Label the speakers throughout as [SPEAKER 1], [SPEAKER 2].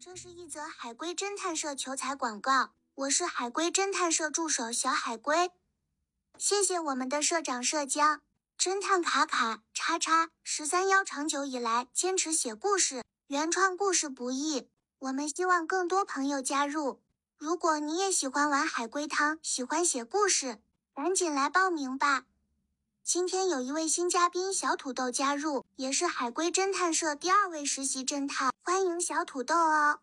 [SPEAKER 1] 这是一则海龟侦探社求财广告，我是海龟侦探社助手小海龟，谢谢我们的社长社交侦探卡卡叉叉十三幺，长久以来坚持写故事，原创故事不易，我们希望更多朋友加入。如果你也喜欢玩海龟汤，喜欢写故事，赶紧来报名吧！今天有一位新嘉宾小土豆加入，也是海龟侦探社第二位实习侦探，欢迎小土豆哦！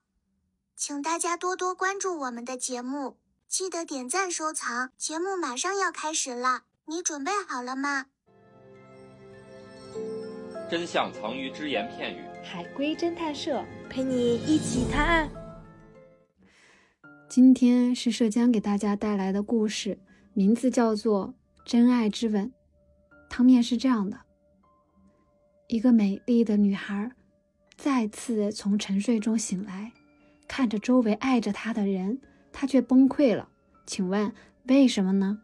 [SPEAKER 1] 请大家多多关注我们的节目，记得点赞收藏。节目马上要开始了，你准备好了吗？
[SPEAKER 2] 真相藏于只言片语。
[SPEAKER 3] 海龟侦探社，
[SPEAKER 4] 陪你一起探案。
[SPEAKER 5] 今天是社江给大家带来的故事，名字叫做《真爱之吻》。汤面是这样的：一个美丽的女孩再次从沉睡中醒来，看着周围爱着她的人，她却崩溃了。请问为什么呢？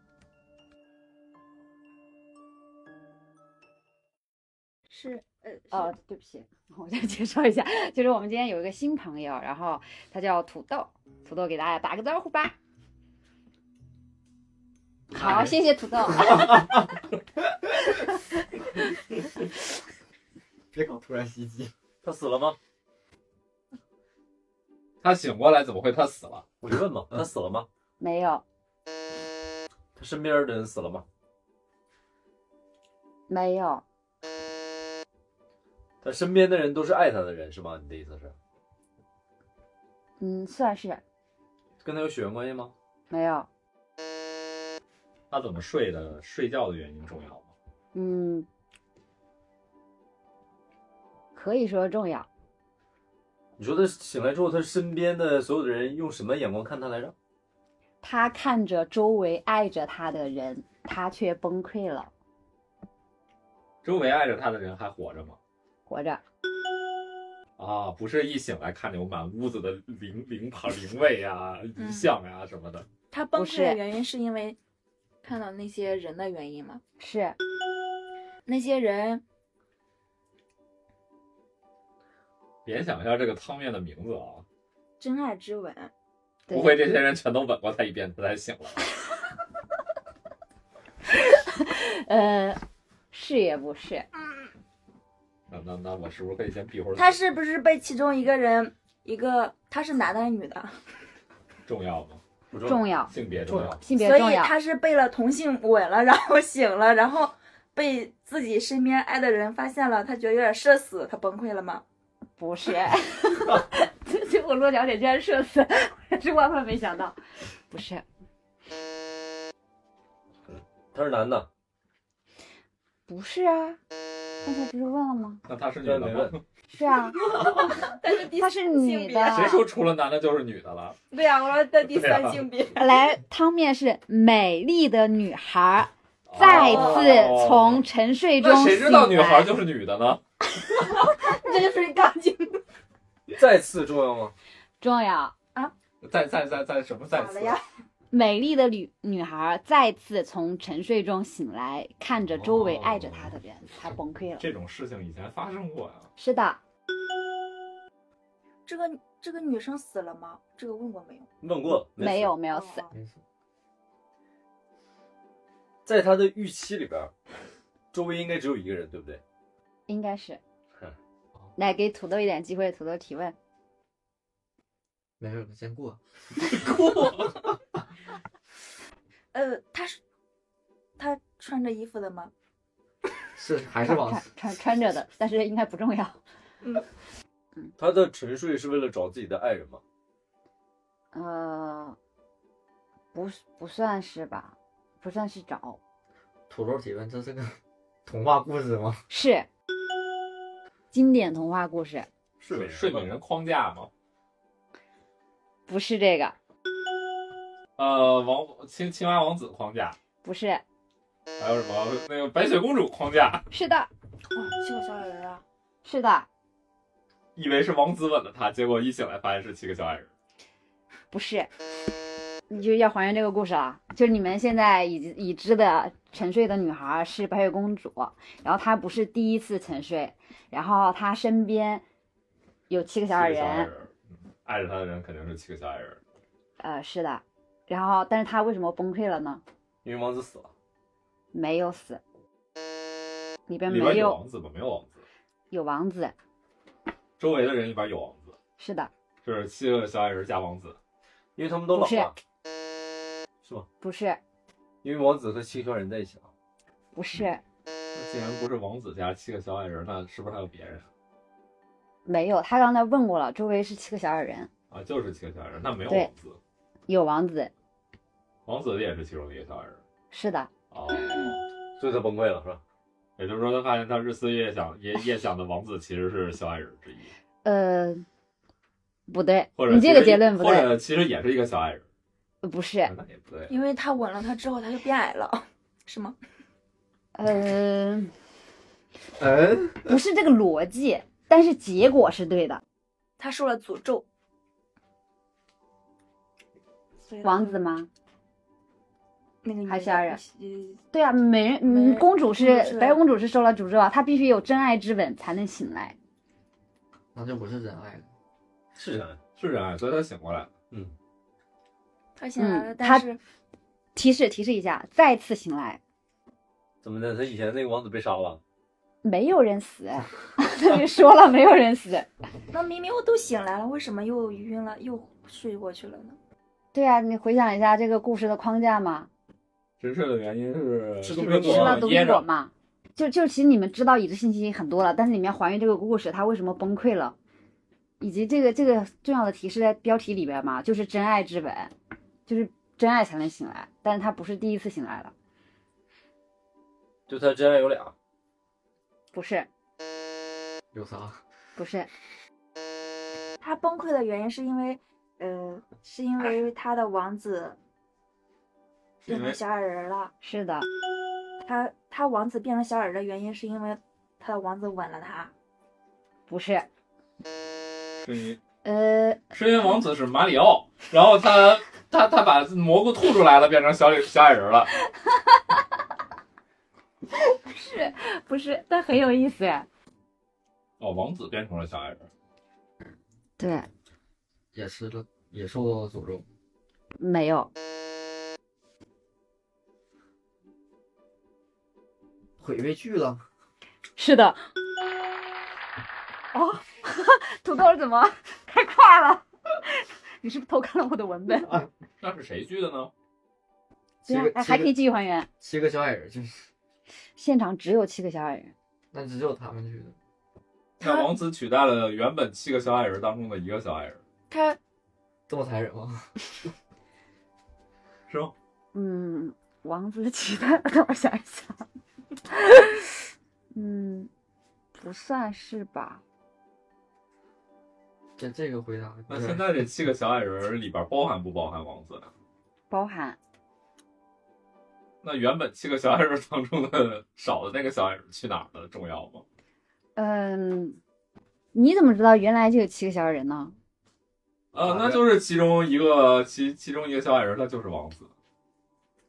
[SPEAKER 4] 是呃
[SPEAKER 3] 呃，对不起，我再介绍一下，就是我们今天有一个新朋友，然后他叫土豆，土豆给大家打个招呼吧。好， 谢谢土豆。
[SPEAKER 6] 别搞突然袭击，
[SPEAKER 2] 他死了吗？
[SPEAKER 7] 他醒过来怎么会他死了？
[SPEAKER 6] 我就问嘛，他死了吗？
[SPEAKER 3] 没有，
[SPEAKER 6] 嗯他身边的人死了吗？
[SPEAKER 3] 没有，
[SPEAKER 6] 他身边的人都是爱他的人是吗？你的意思是
[SPEAKER 3] 嗯，算是
[SPEAKER 6] 跟他有血缘关系吗？
[SPEAKER 3] 没有，
[SPEAKER 7] 他怎么睡的？睡觉的原因重要吗？
[SPEAKER 3] 嗯，可以说重要。
[SPEAKER 6] 你说他醒来之后，他身边的所有的人用什么眼光看他来着？
[SPEAKER 3] 他看着周围爱着他的人，他却崩溃了，
[SPEAKER 7] 周围爱着他的人还活着吗？
[SPEAKER 3] 活着。
[SPEAKER 7] 啊，不是一醒来看见有满屋子的灵灵牌、灵位呀、
[SPEAKER 3] 嗯
[SPEAKER 7] 遗像呀什么的。
[SPEAKER 4] 他崩
[SPEAKER 3] 不
[SPEAKER 4] 溃的
[SPEAKER 3] 是
[SPEAKER 4] 原因是因为看到那些人的原因吗？
[SPEAKER 3] 是
[SPEAKER 4] 那些人
[SPEAKER 7] 联想一下这个汤面的名字啊，
[SPEAKER 4] 真爱之吻，
[SPEAKER 3] 对
[SPEAKER 7] 不会这些人全都吻过他一遍，他才醒了。
[SPEAKER 3] 呃，是也不是，
[SPEAKER 7] 那那那我是不是可以先闭会儿嘴？
[SPEAKER 4] 他是不是被其中一个人一个他是男的还是女的？
[SPEAKER 7] 重要吗？
[SPEAKER 6] 不
[SPEAKER 3] 重要，
[SPEAKER 7] 性别重要吗？
[SPEAKER 3] 性别
[SPEAKER 4] 所
[SPEAKER 3] 重
[SPEAKER 4] 以
[SPEAKER 3] 要。
[SPEAKER 4] 他是被了同性吻了，然后醒了，然后被自己身边爱的人发现了，他觉得有点社死，他崩溃了吗？
[SPEAKER 3] 不是， 这这我落脚点居然社死， 我是万万没想到。不是，
[SPEAKER 6] 他是男的，
[SPEAKER 3] 不是啊，刚才不是问了吗？
[SPEAKER 7] 那她是女
[SPEAKER 6] 对，
[SPEAKER 7] 的
[SPEAKER 6] 没
[SPEAKER 7] 吗？
[SPEAKER 6] 问。
[SPEAKER 3] 是啊，
[SPEAKER 4] 但是第
[SPEAKER 3] 她是女的。
[SPEAKER 7] 谁说除了男的就是女的了？
[SPEAKER 4] 对呀、我说的第
[SPEAKER 7] 对啊
[SPEAKER 4] 三性别，
[SPEAKER 3] 来，汤面是美丽的女孩再次从
[SPEAKER 7] 哦
[SPEAKER 3] 沉睡中
[SPEAKER 7] 那谁知道
[SPEAKER 3] 醒
[SPEAKER 7] 女孩
[SPEAKER 3] 来
[SPEAKER 7] 就是女的呢？
[SPEAKER 4] 这就是杠精。
[SPEAKER 6] 再次重要吗？
[SPEAKER 3] 重要。
[SPEAKER 7] 再再再再什么再
[SPEAKER 4] 咋
[SPEAKER 7] 次
[SPEAKER 4] 了？呀？
[SPEAKER 3] 美丽的女女孩再次从沉睡中醒来，看着周围爱着她的人，她崩溃了。
[SPEAKER 7] 哦这种事情以前发生过呀、
[SPEAKER 3] 是的，
[SPEAKER 4] 这个这个女生死了吗？这个问过没有？
[SPEAKER 6] 问过了，没
[SPEAKER 3] 没
[SPEAKER 6] 死
[SPEAKER 3] 有。没有死，
[SPEAKER 4] 哦
[SPEAKER 6] 没死在他的预期里边，周围应该只有一个人，对不对？
[SPEAKER 3] 应该是
[SPEAKER 6] 哼。
[SPEAKER 4] 哦
[SPEAKER 3] 来给土豆一点机会，土豆提问。
[SPEAKER 8] 没事，先过。
[SPEAKER 4] 呃，她是她穿着衣服的吗？
[SPEAKER 8] 是还是
[SPEAKER 3] 穿
[SPEAKER 8] 往
[SPEAKER 3] 穿穿穿着的，但是应该不重要。
[SPEAKER 6] 他的沉睡是为了找自己的爱人吗？
[SPEAKER 3] 呃，不是不算是吧，不算是找，
[SPEAKER 8] 土豆提问，这是个童话故 事吗？
[SPEAKER 3] 是经典童话故事，
[SPEAKER 6] 睡美人吗
[SPEAKER 7] 睡美人框架嘛。
[SPEAKER 3] 不是这个，
[SPEAKER 7] 呃，王青青蛙王子框架，
[SPEAKER 3] 不是，
[SPEAKER 7] 还有什么那个白雪公主框架，
[SPEAKER 3] 是的，
[SPEAKER 4] 哇，七个小矮人啊！
[SPEAKER 3] 是的，
[SPEAKER 7] 以为是王子吻了她，结果一醒来发现是七个小矮人。
[SPEAKER 3] 不是，你就要还原这个故事了。就是你们现在已经已知的沉睡的女孩是白雪公主，然后她不是第一次沉睡，然后她身边有七个小矮
[SPEAKER 7] 七个小矮
[SPEAKER 3] 人，
[SPEAKER 7] 人，嗯爱着他的人肯定是七个小矮人，
[SPEAKER 3] 呃，是的。然后，但是他为什么崩溃了呢？
[SPEAKER 6] 因为王子死了，
[SPEAKER 3] 没有死，里边
[SPEAKER 7] 里
[SPEAKER 3] 没
[SPEAKER 7] 边有
[SPEAKER 3] 有
[SPEAKER 7] 王子吗？没有王子，
[SPEAKER 3] 有王子，
[SPEAKER 7] 周围的人里边有王子，
[SPEAKER 3] 是的，
[SPEAKER 7] 是七个小矮人加王子。
[SPEAKER 6] 因为他们都
[SPEAKER 3] 不
[SPEAKER 6] 老
[SPEAKER 3] 是
[SPEAKER 6] 了，是吗？
[SPEAKER 3] 不是，
[SPEAKER 6] 因为王子和七个小矮人在一起了。
[SPEAKER 3] 不是，
[SPEAKER 7] 那既然不是王子加七个小矮人，那是不是还有别人
[SPEAKER 3] 没有。他刚才问过了，周围是七个小矮人，
[SPEAKER 7] 啊？就是七个小矮人，那没有
[SPEAKER 3] 对
[SPEAKER 7] 王子，
[SPEAKER 3] 有王子，
[SPEAKER 7] 王子也是其中一个小矮人。
[SPEAKER 3] 是的，
[SPEAKER 7] 哦，
[SPEAKER 6] 所以他崩溃了，是吧？
[SPEAKER 7] 也就是说，他发现他日思夜想、夜夜想的王子其实是小矮人之一，
[SPEAKER 3] 呃，不对，
[SPEAKER 7] 或者
[SPEAKER 3] 你
[SPEAKER 7] 其
[SPEAKER 3] 这
[SPEAKER 7] 实
[SPEAKER 3] 个结论不
[SPEAKER 7] 或
[SPEAKER 3] 对，
[SPEAKER 7] 者其实也是一个小矮人，哎
[SPEAKER 3] 呃不是，
[SPEAKER 7] 那也不对。
[SPEAKER 4] 因为他吻了他之后，他就变矮了，是吗？
[SPEAKER 3] 呃，
[SPEAKER 8] 嗯，
[SPEAKER 3] 不是这个逻辑，但是结果是对的。
[SPEAKER 4] 他受了诅咒。所以他
[SPEAKER 3] 王子吗？
[SPEAKER 4] 那个女
[SPEAKER 3] 还
[SPEAKER 4] 的
[SPEAKER 3] 是二人
[SPEAKER 4] 呃
[SPEAKER 3] 对啊，美人，
[SPEAKER 4] 美
[SPEAKER 3] 嗯，
[SPEAKER 4] 人
[SPEAKER 3] 公主是
[SPEAKER 4] 公主是
[SPEAKER 3] 白雪公主是受了诅咒啊，她必须有真爱之吻才能醒来。
[SPEAKER 8] 那就不是真爱了。
[SPEAKER 6] 是人，
[SPEAKER 7] 是人啊，所以他醒过来了。
[SPEAKER 4] 他醒来了，
[SPEAKER 3] 嗯他
[SPEAKER 4] 但是
[SPEAKER 3] 提示提示一下，再次醒来，
[SPEAKER 6] 怎么的？他以前那个王子被杀了，
[SPEAKER 3] 没有人 死，他就说了没有人死。
[SPEAKER 4] 那明明我都醒来了，为什么又晕了，又睡过去了呢？
[SPEAKER 3] 对啊，你回想一下这个故事的框架嘛，
[SPEAKER 7] 神社的原因是
[SPEAKER 6] 吃
[SPEAKER 7] 东
[SPEAKER 6] 东
[SPEAKER 7] 北
[SPEAKER 6] 北
[SPEAKER 3] 吃
[SPEAKER 6] 果
[SPEAKER 3] 了
[SPEAKER 7] 果
[SPEAKER 3] 毒
[SPEAKER 7] 噎
[SPEAKER 3] 果
[SPEAKER 7] 着，
[SPEAKER 3] 嘛，就就其实你们知道已知信息很多了，但是里面还原这个故事，它为什么崩溃了，以及这个这个重要的提示在标题里边嘛，就是真爱之吻，就是真爱才能醒来，但是他不是第一次醒来了，
[SPEAKER 6] 就他真爱有俩，
[SPEAKER 3] 不是
[SPEAKER 8] 有啥？
[SPEAKER 3] 不是，
[SPEAKER 4] 他崩溃的原因是因为，呃，是因为他的王子变 成小矮人了。
[SPEAKER 3] 是的，
[SPEAKER 4] 他他王子变成小矮人的原因是因为他的王子吻了他。
[SPEAKER 3] 不是，
[SPEAKER 7] 是因为
[SPEAKER 3] 呃，
[SPEAKER 7] 是因为王子是马里奥，然后他他他把蘑菇吐出来了，变成小矮小矮人了。
[SPEAKER 3] 不是，但很有意思。
[SPEAKER 7] 哦，王子变成了小矮人，
[SPEAKER 3] 对，
[SPEAKER 8] 也吃了，也受到了诅咒。
[SPEAKER 3] 没有，
[SPEAKER 8] 毁灭剧了，
[SPEAKER 3] 是的。哦， 土豆怎么开胯了？ 你是不是偷看了我的文本？
[SPEAKER 7] 那是谁剧的呢？
[SPEAKER 3] 对
[SPEAKER 8] 七
[SPEAKER 3] 呀
[SPEAKER 8] 个、
[SPEAKER 3] 哎
[SPEAKER 8] 七
[SPEAKER 3] 还可以
[SPEAKER 8] 个
[SPEAKER 3] 继续还原。
[SPEAKER 8] 七个小矮人，就是
[SPEAKER 3] 现场只有七个小矮人，
[SPEAKER 8] 那只有他们去的。
[SPEAKER 7] 那王子取代了原本七个小矮人当中的一个小矮人，
[SPEAKER 4] 他
[SPEAKER 8] 这么残忍吗？
[SPEAKER 7] 是吗？
[SPEAKER 3] 嗯，王子奇的，等我想一想，嗯，不算是吧？
[SPEAKER 8] 这这个回答，
[SPEAKER 7] 那现在这七个小矮人里边包含不包含王子啊？
[SPEAKER 3] 包含
[SPEAKER 7] 那原本七个小矮人当中的少的那个小矮人去哪儿了？重要吗？
[SPEAKER 3] 嗯，你怎么知道原来就有七个小矮人呢？
[SPEAKER 7] 啊，那就是其中一个其其中一个小矮人，他就是王子。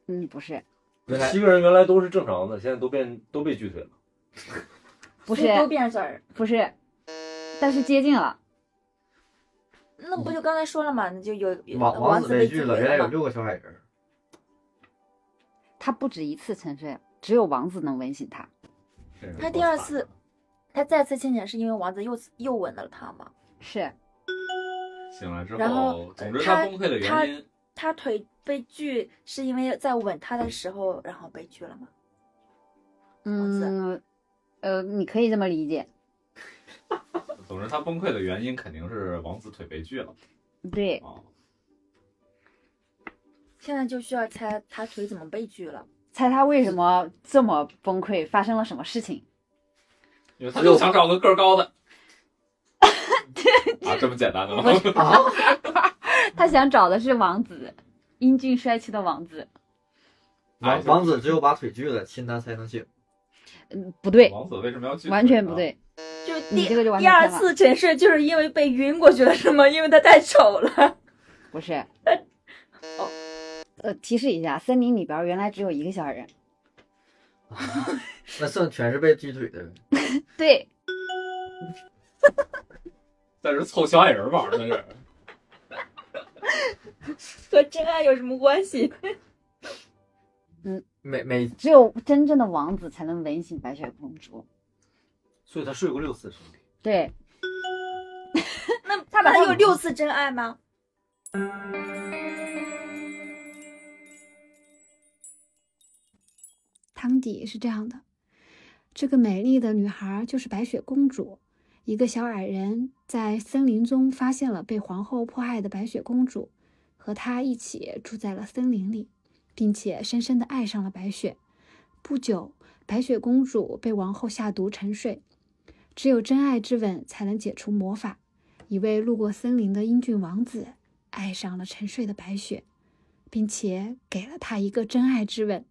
[SPEAKER 3] 嗯，不是，
[SPEAKER 8] 原来
[SPEAKER 6] 七个人原来都是正常的，现在都变都被锯腿了。
[SPEAKER 3] 不是
[SPEAKER 4] 所以都变成小矮人，
[SPEAKER 3] 不是，但是接近了。
[SPEAKER 4] 那不就刚才说了嘛？那就有有
[SPEAKER 8] 王
[SPEAKER 4] 王
[SPEAKER 8] 子
[SPEAKER 4] 被
[SPEAKER 8] 被拒
[SPEAKER 4] 了
[SPEAKER 8] 了，原来有
[SPEAKER 4] 嘛？
[SPEAKER 8] 六个小矮人。
[SPEAKER 3] 他不止一次沉睡，只有王子能吻醒他。
[SPEAKER 7] 这人
[SPEAKER 4] 他
[SPEAKER 7] 多
[SPEAKER 4] 第二
[SPEAKER 7] 惨
[SPEAKER 4] 次
[SPEAKER 7] 啊，
[SPEAKER 4] 他再次清醒是因为王子又又吻了他嘛？
[SPEAKER 3] 是
[SPEAKER 7] 醒来之
[SPEAKER 4] 然后呃
[SPEAKER 7] 后，总之
[SPEAKER 4] 他
[SPEAKER 7] 他崩溃的
[SPEAKER 4] 他
[SPEAKER 7] 原因
[SPEAKER 4] 他腿被锯是因为在吻他的时候，然后被锯了嘛？
[SPEAKER 3] 嗯，呃，你可以这么理解，
[SPEAKER 7] 总之，他崩溃的原因肯定是王子腿被锯了
[SPEAKER 3] 对，
[SPEAKER 7] 啊。
[SPEAKER 4] 现在就需要猜他腿怎么被锯了。
[SPEAKER 3] 猜他为什么这么崩溃，发生了什么事情？
[SPEAKER 7] 因为他就想找个个儿 高的。啊，这么简单的吗？
[SPEAKER 3] 他想找的是王子，英俊帅气的王子。
[SPEAKER 7] 哎
[SPEAKER 8] 王王子只有把腿锯了，亲他才能醒。
[SPEAKER 3] 嗯，不对，
[SPEAKER 7] 王子为什么要锯？啊
[SPEAKER 3] 完
[SPEAKER 6] 啊
[SPEAKER 3] 全不。对。
[SPEAKER 4] 就
[SPEAKER 3] 你
[SPEAKER 4] 第
[SPEAKER 3] 这个就完
[SPEAKER 4] 第
[SPEAKER 3] 全
[SPEAKER 4] 二
[SPEAKER 3] 偏了
[SPEAKER 4] 次沉睡就是因为被晕过去了，是吗？因为他太丑了。
[SPEAKER 3] 不是。 哦，呃，提示一下，森林里边原来只有一个小矮人。
[SPEAKER 8] 那剩全是被锯腿的呗。
[SPEAKER 3] 对，
[SPEAKER 7] 在这凑小矮人玩呢，这
[SPEAKER 4] 和真爱有什么关系？
[SPEAKER 8] 每每
[SPEAKER 3] 只有真正的王子才能吻醒白雪公主。
[SPEAKER 6] 所以他睡过六次是吗？
[SPEAKER 3] 对，
[SPEAKER 4] 那
[SPEAKER 3] 他把
[SPEAKER 4] 那
[SPEAKER 3] 他
[SPEAKER 4] 有六次真爱吗？
[SPEAKER 5] 汤底是这样的：这个美丽的女孩就是白雪公主。一个小矮人在森林中发现了被皇后迫害的白雪公主，和她一起住在了森林里，并且深深的爱上了白雪。不久，白雪公主被王后下毒沉睡，只有真爱之吻才能解除魔法。一位路过森林的英俊王子爱上了沉睡的白雪，并且给了她一个真爱之吻。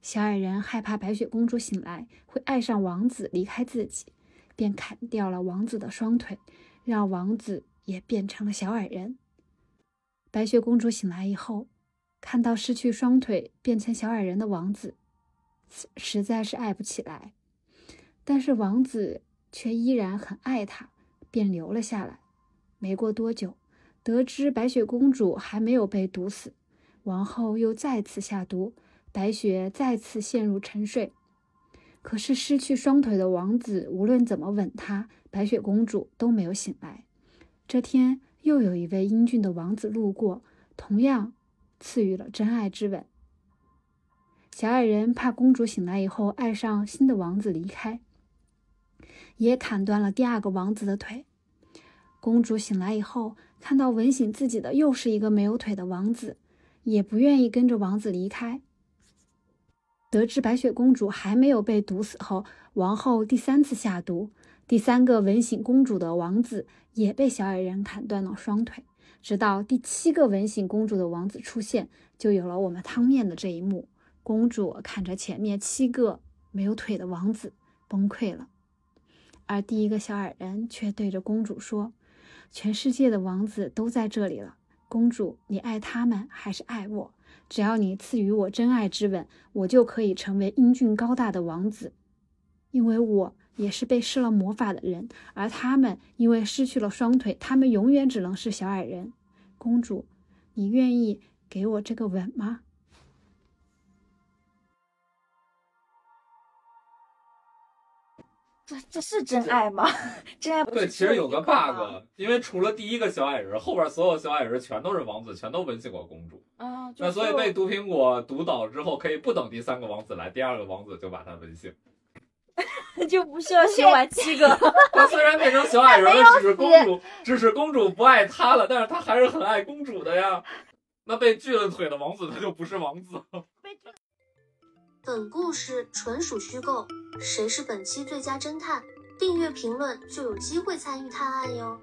[SPEAKER 5] 小矮人害怕白雪公主醒来会爱上王子离开自己，便砍掉了王子的双腿，让王子也变成了小矮人。白雪公主醒来以后，看到失去双腿变成小矮人的王子，实实在是爱不起来，但是王子却依然很爱她，便留了下来。没过多久，得知白雪公主还没有被毒死，王后又再次下毒，白雪再次陷入沉睡。可是失去双腿的王子无论怎么吻她，白雪公主都没有醒来。这天，又有一位英俊的王子路过，同样赐予了真爱之吻。小矮人怕公主醒来以后爱上新的王子离开，也砍断了第二个王子的腿。公主醒来以后，看到吻醒自己的又是一个没有腿的王子，也不愿意跟着王子离开。得知白雪公主还没有被毒死后，王后第三次下毒，第三个吻醒公主的王子也被小矮人砍断了双腿。直到第七个吻醒公主的王子出现，就有了我们汤面的这一幕。公主看着前面七个没有腿的王子，崩溃了。而第一个小矮人却对着公主说：“全世界的王子都在这里了，公主，你爱他们还是爱我？只要你赐予我真爱之吻，我就可以成为英俊高大的王子，因为我也是被施了魔法的人，而他们因为失去了双腿，他们永远只能是小矮人。公主，你愿意给我这个吻吗？”
[SPEAKER 4] 这这是真爱吗？ 真爱不是
[SPEAKER 7] 对，其实有
[SPEAKER 4] 个
[SPEAKER 7] 个 bug，因为除了第一个小矮人，后边所有小矮人全都是王子，全都吻醒过公主。
[SPEAKER 4] 啊，就
[SPEAKER 7] 那所以
[SPEAKER 4] 是
[SPEAKER 7] 被毒苹果毒倒之后，可以不等第三个王子来，第二个王子就把他吻醒。
[SPEAKER 4] 就不需要生完七个。
[SPEAKER 7] 他虽然变成小矮人了，只是公主，只是公主不爱他了，但是他还是很爱公主的呀。那被锯了腿的王子，他就不是王子了。
[SPEAKER 9] 本故事纯属虚构，谁是本期最佳侦探？订阅评论就有机会参与探案哟。